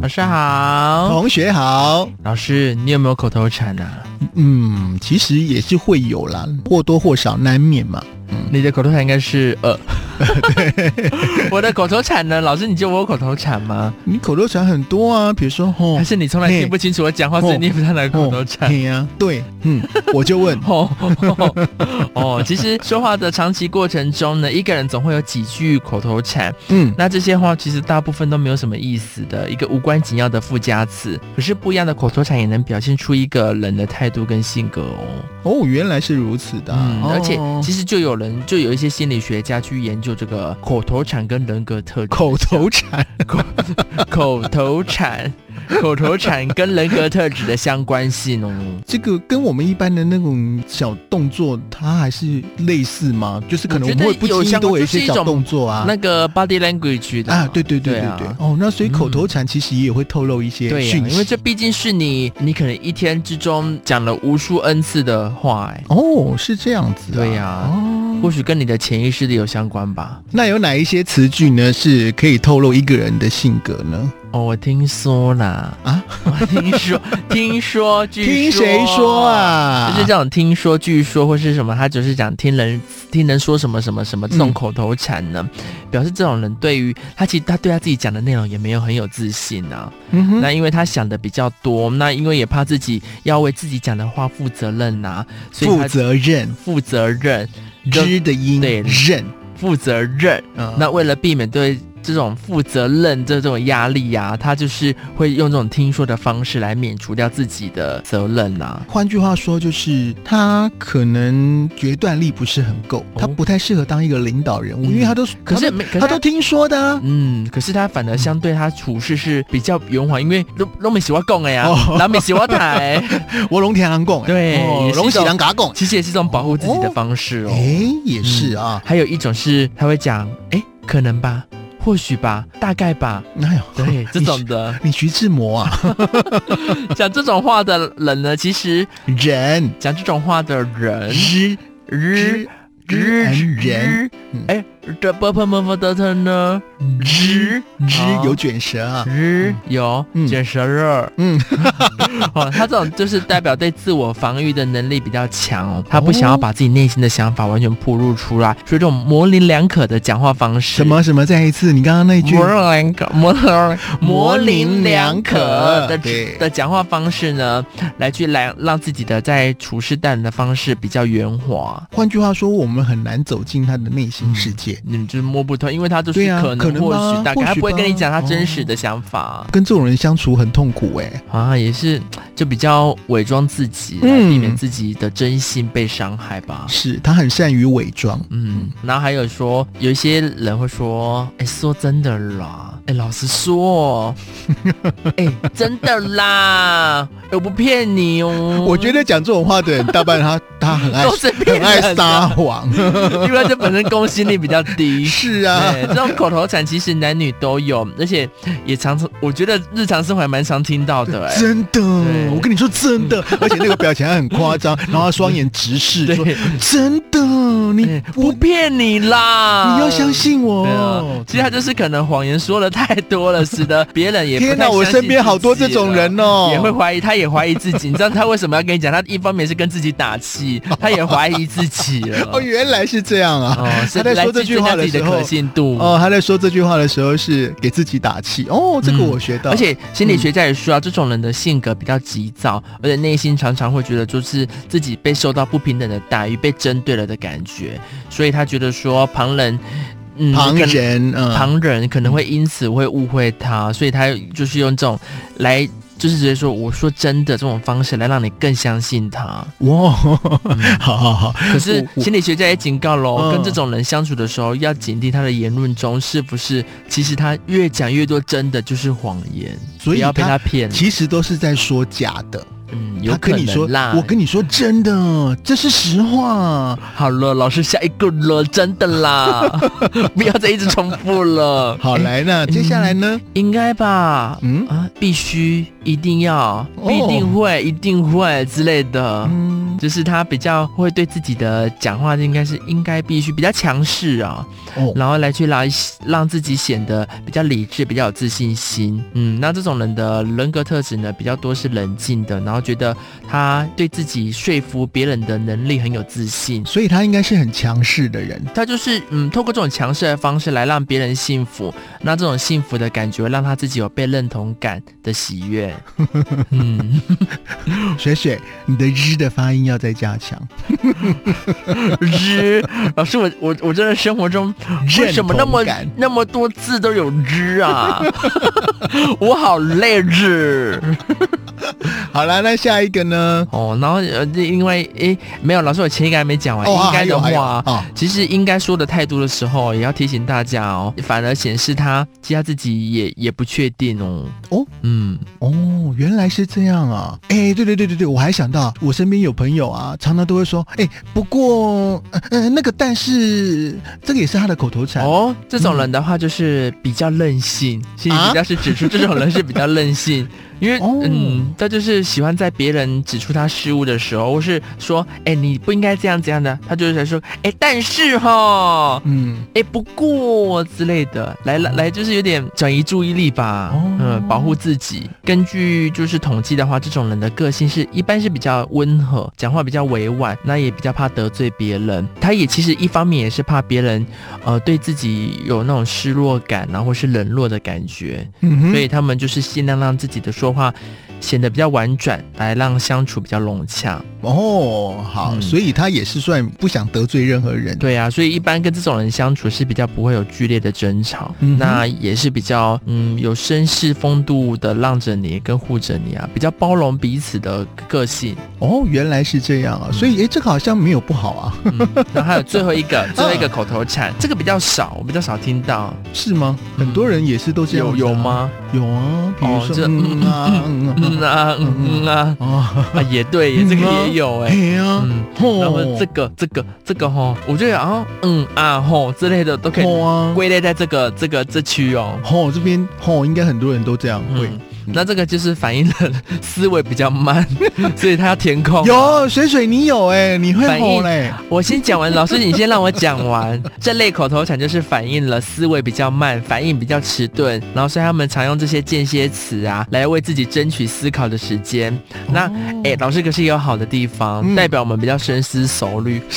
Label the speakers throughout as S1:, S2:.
S1: 老师好，
S2: 同学好，
S1: 老师，你有没有口头禅啊？
S2: 嗯，其实也是会有啦，或多或少难免嘛。
S1: 你的口头禅应该是 呃，我的口头禅呢？老师，你觉得我有口头禅吗？
S2: 你口头禅很多啊，比如说吼，
S1: 还是你从来听不清楚我讲话，所以你也不知道哪个口头禅？，
S2: 对呀，对，嗯，我就问
S1: 哦哦哦，其实说话的长期过程中呢，一个人总会有几句口头禅，
S2: 嗯，
S1: 那这些话其实大部分都没有什么意思的，一个无关紧要的附加词。可是不一样的口头禅也能表现出一个人的态度跟性格哦。
S2: 哦，原来是如此的啊
S1: 嗯，，而且
S2: 哦
S1: 其实就有人，就有一些心理学家去研究这个口头禅跟人格特质
S2: 口头禅，
S1: 口头禅、 口头禅跟人格特质的相关性哦。
S2: 这个跟我们一般的那种小动作，它还是类似吗？就是可能
S1: 我觉
S2: 我
S1: 得
S2: 们会不经意都有一
S1: 有相关就
S2: 些
S1: 是一种
S2: 小动作啊。
S1: 那个 body language 的
S2: 啊，对对对对对，
S1: 啊
S2: 哦，那所以口头
S1: 嗯
S2: 禅其实也会透露一些
S1: 对呀、
S2: 讯息，
S1: 因为这毕竟是你，你可能一天之中讲了无数 n 次的话、哎，
S2: 哦是这样子、啊，
S1: 对呀
S2: 哦，
S1: 或许跟你的潜意识里有相关吧。
S2: 那有哪一些词句呢是可以透露一个人的性格呢？
S1: 哦，我听说啦，
S2: 啊，
S1: 我听说，听说，据说，
S2: 听谁说？啊？
S1: 就是这种听说、据说或是什么，他就是讲听人听人说什么什么什么这种
S2: 嗯
S1: 口头禅呢，表示这种人对于他其实他对他自己讲的内容也没有很有自信啊。
S2: 嗯哼，
S1: 那因为他想的比较多，那因为也怕自己要为自己讲的话负责任呐、所以
S2: 负
S1: 他
S2: 责任，
S1: 负责任，
S2: 知的音，
S1: 对
S2: 任，
S1: 负责任。
S2: 嗯
S1: 那为了避免对这种负责任这种压力呀、他就是会用这种听说的方式来免除掉自己的责任啊呐、
S2: 换句话说，就是他可能决断力不是很够，
S1: 哦嗯
S2: 他不太适合当一个领导人物，因为他都
S1: 可是
S2: 他都
S1: 没可是
S2: 他
S1: 他
S2: 都听说的啊。
S1: 嗯，可是他反而相对他处事是比较圆滑，因为拢拢没喜欢讲的呀
S2: 哦，
S1: 然后没喜欢 台，
S2: 我龙田狼贡，
S1: 嗯对也是一哦种
S2: 哦龙喜狼嘎贡，
S1: 其实也是一种保护自己的方式哦。
S2: 哎，也是啊。
S1: 还有一种是他会讲，哎，可能吧，或许吧，大概吧，
S2: 哎呦，
S1: 对这种的，
S2: 你徐志摩啊，
S1: 讲这种话的人呢，其实
S2: 人
S1: 讲这种话的人，
S2: 知
S1: 日
S2: 知知人，嗯
S1: 哎，这波波波波的他呢，哦
S2: 知知
S1: 好
S2: 嗯有卷舌啊。
S1: 日有
S2: 嗯
S1: 卷舌热，
S2: 嗯，
S1: 哦，他这种就是代表对自我防御的能力比较强哦，他不想要把自己内心的想法完全暴露出来，所以这种模棱两可的讲话方式，
S2: 什么什么？再一次，你刚刚那一句
S1: 模棱两可、 模棱模
S2: 模
S1: 棱
S2: 棱
S1: 两
S2: 两
S1: 可
S2: 可
S1: 的
S2: 对
S1: 的讲话方式呢，来去来让自己的在处事待人的方式比较圆滑。
S2: 换句话说，我们很难走进他的内心世界。
S1: 你就是摸不透，因为他就是
S2: 对啊
S1: 可能、
S2: 可能
S1: 或
S2: 吧
S1: 许大概，
S2: 或
S1: 他
S2: 许
S1: 不会跟你讲他
S2: 吧哦
S1: 真实的想法、
S2: 跟这种人相处很痛苦哎、
S1: 啊，也是就比较伪装自己，来
S2: 嗯
S1: 避免自己的真心被伤害吧。
S2: 是他很善于伪装，
S1: 嗯，然后还有说，有一些人会说，哎、说真的啦，哎、老实说哦，哎、真的啦，我不骗你哦。
S2: 我觉得讲这种话的人，大半他他很爱
S1: 都是骗
S2: 很 爱
S1: 人
S2: 撒
S1: 的，
S2: 谎。
S1: 因为这本身公信力比较低。 哎
S2: 是啊，
S1: 对，这种口头禅其实男女都有，而且也常常，我觉得日常生活还蛮常听到的、哎，
S2: 真的
S1: 对，嗯
S2: 我跟你说真的，而且那个表情还很 夸张，然后他双眼直视说
S1: 对，：“
S2: 真的，你
S1: 哎不
S2: 不，你
S1: 骗你啦，
S2: 要相。信
S1: 对啊
S2: 我，。
S1: 其实他就是可能谎言说的太多了，使得别人”也不
S2: 天
S1: 哪，
S2: 我身边好多这种人哦，
S1: 也会怀疑，他也怀疑自己。你知道他为什么要跟你讲？他一方面是跟自己打 气，他也怀疑自己了。
S2: 哦，原来是这样啊。
S1: 哦，是
S2: 他在
S1: 来
S2: 说这
S1: 自
S2: 句话
S1: 增加
S2: 的
S1: 自己的
S2: 时候
S1: 可信度。
S2: 哦，他在说这句话的时候是给自己打气。哦，这个
S1: 嗯
S2: 我学到。
S1: 而且心理学家也说啊，这种人的性格比较急躁，而且内心常常会觉得就是自己被受到不平等的待遇、被针对了的感觉，所以他觉得说旁人，嗯，
S2: 旁
S1: 可能
S2: 人，嗯，
S1: 旁人可能会因此会误会他，所以他就是用这种来，就是直接说我说真的这种方式来让你更相信他。
S2: 哇， 好好好，
S1: 可是
S2: 我
S1: 心理学家也警告喽，
S2: 嗯
S1: 跟这种人相处的时候要警惕他的言论中是不是其实他越讲越多真的就是谎言，
S2: 所以
S1: 不要被
S2: 他
S1: 他骗。
S2: 其实都是在说假的。
S1: 嗯，有
S2: 他
S1: 可
S2: 跟你说
S1: 能啦。，
S2: 我跟你说真的，这是实 话。
S1: 好了，老师下一个了，真的 啦，不要再一直重复了。
S2: 好，
S1: 哎
S2: 来呢，接下来呢？
S1: 应该吧？
S2: 嗯
S1: 啊啊，必须，一定要，
S2: 哦
S1: 必定会，一定会之类的。
S2: 嗯，
S1: 就是他比较会对自己的讲话应该是应该必须比较强势啊、
S2: 哦，
S1: 然后来去来让自己显得比较理智，比较有自信心。嗯，那这种人的人格特质呢，比较多是冷静的，然后觉得他对自己说服别人的能力很有自信。
S2: 所以他应该是很强势的人。
S1: 他就是嗯，透过这种强势的方式来让别人幸福，那这种幸福的感觉会让他自己有被认同感的喜悦。嗯，
S2: 雪雪，你的日的发音要再加强。
S1: 知老师，我我我真的生活中为什么那么
S2: 认同感
S1: 那么多字都有知啊？ 我好累知。
S2: 好啦，那下一个呢？
S1: 哦，然后呃，因为诶、没有，老师，我前一个还没讲完，
S2: 哦，
S1: 应该的
S2: 还有
S1: 话
S2: 还。有哦
S1: 其实应该说的态度的时候，也要提醒大家哦，反而显示他其实他自己也也不确定哦。
S2: 哦，
S1: 嗯，
S2: 哦，原来是这样啊！哎，对对对对对，我还想到，我身边有朋友啊，常常都会说，哎，不过，嗯、呃，那个但是，这个也是他的口头禅。
S1: 哦，这种人的话就是比较任性，心理
S2: 嗯啊
S1: 比较是指出这种人是比较任 性，因为、
S2: 哦
S1: 嗯，他就是喜欢在别人指出他失误的时候，或是说，哎，你不应该这样这样的，他就是在说，哎，但是哈，
S2: 嗯，
S1: 哎，不过之类的，来来来，就是有点转移注意力吧，
S2: 哦
S1: 嗯，保护自己。根据就是统计的话，这种人的个性是一般是比较温和，讲话比较委婉，那也比较怕得罪别人。他也其实一方面也是怕别人，呃，对自己有那种失落感，然后是冷落的感觉，
S2: 嗯哼
S1: 所以他们就是尽量让自己的说话显得比较婉转，来让相处比较融洽。
S2: 哦，好，
S1: 嗯
S2: 所以他也是算不想得罪任何人。，
S1: 对啊，所以一般跟这种人相处是比较不会有剧烈的争吵，
S2: 嗯哼
S1: 那也是比较嗯有绅士风度的让着你跟护着你啊，比较包容彼此的个性。
S2: 哦，原来是这样啊！
S1: 嗯
S2: 所以，哎，这个好像没有不好 啊，
S1: 嗯， 然后还有最后一个，最后一个口头禅，这个比较少，我比较少听到，
S2: 是吗？
S1: 嗯
S2: 很多人也是都这样、
S1: 有有？吗？
S2: 有啊，比如
S1: 哦
S2: 说，
S1: 这
S2: 嗯啊，嗯啊，
S1: 嗯啊嗯嗯啊
S2: 哦，
S1: 啊也对，也这个也有哎、
S2: 哎呀，
S1: 嗯。
S2: 吼
S1: 然后这个这个这个吼，我觉得好像嗯啊吼之类的都可以
S2: 吼啊，
S1: 归类在这个这个这区哦。
S2: 吼这边吼，应该很多人都这样会。
S1: 嗯，那这个就是反映了思维比较 慢，所以他要填空。
S2: 有水水，你有哎、你会
S1: 哦反
S2: 吼
S1: 应
S2: 嘞、
S1: 我先讲完，老师你先让我讲 完。这类口头禅就是反映了思维比较慢，反应比较迟钝，然后所以他们常用这些间歇词啊，来为自己争取思考的时间。那哎、诶老师可是也有好的地方，
S2: 哦嗯
S1: 代表我们比较深思熟虑。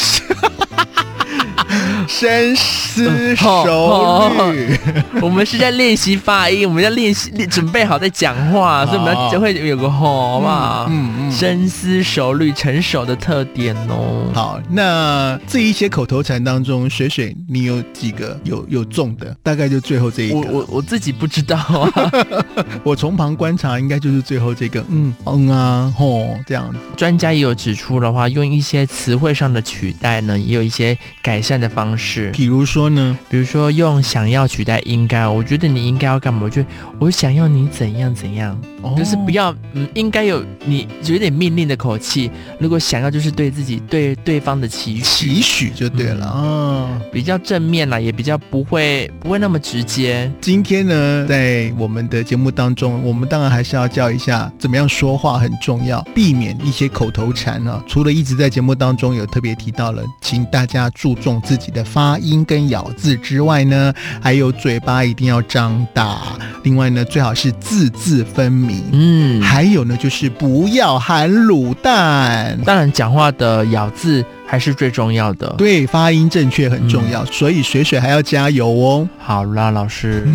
S2: 深思
S1: 嗯吼哦
S2: 熟虑，
S1: 我们是在练习发音，我们要练习练准备好再讲话，所以我们要
S2: 好
S1: 会有个吼，好不好？
S2: 哦嗯嗯
S1: 深思熟虑、成熟的特点哦。
S2: 好，那这一些口头禅当中，水水你有几个有有中的？大概就最后这一个。
S1: 我我我自己不知道啊，
S2: 我从旁观察，应该就是最后这个，嗯嗯啊吼这样子。
S1: 专家也有指出的话，用一些词汇上的取代呢，也有一些改善的方式，
S2: 比如说呢，
S1: 比如说用想要取代应该，我觉得你应该要干嘛，我觉得我想要你怎样怎样，
S2: 哦
S1: 就是不要嗯，应该有你有点命令的口气，如果想要就是对自己对对方的期许，
S2: 期许就对了啊、
S1: 比较正面啦，也比较不会不会那么直接，
S2: 今天呢，在我们的节目当中，我们当然还是要教一下怎么样说话很重要，避免一些口头禅啊。除了一直在节目当中有特别提到了，请大家注重自己的发音跟咬字之外呢，还有嘴巴一定要张大。另外呢，最好是字字分明。
S1: 嗯。
S2: 还有呢，就是不要含卤蛋。
S1: 当然，讲话的咬字还是最重要的。
S2: 对，发音正确很重
S1: 嗯
S2: 要，所以水水还要加油哦。
S1: 好啦，老 师，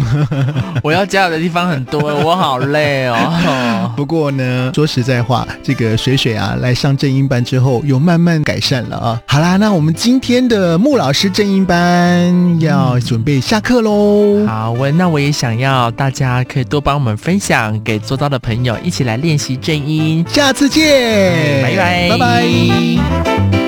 S1: 我要加油的地方很多，我好累哦。
S2: 不过呢，说实在话，这个水水啊，来上正音班之后，有慢慢改善了啊。好啦，那我们今天的穆老师正音班要准备下课 喽。
S1: 好，我那我也想要大家可以多帮我们分享给做到的朋友，一起来练习正音。
S2: 下次见，
S1: 拜拜
S2: 拜拜。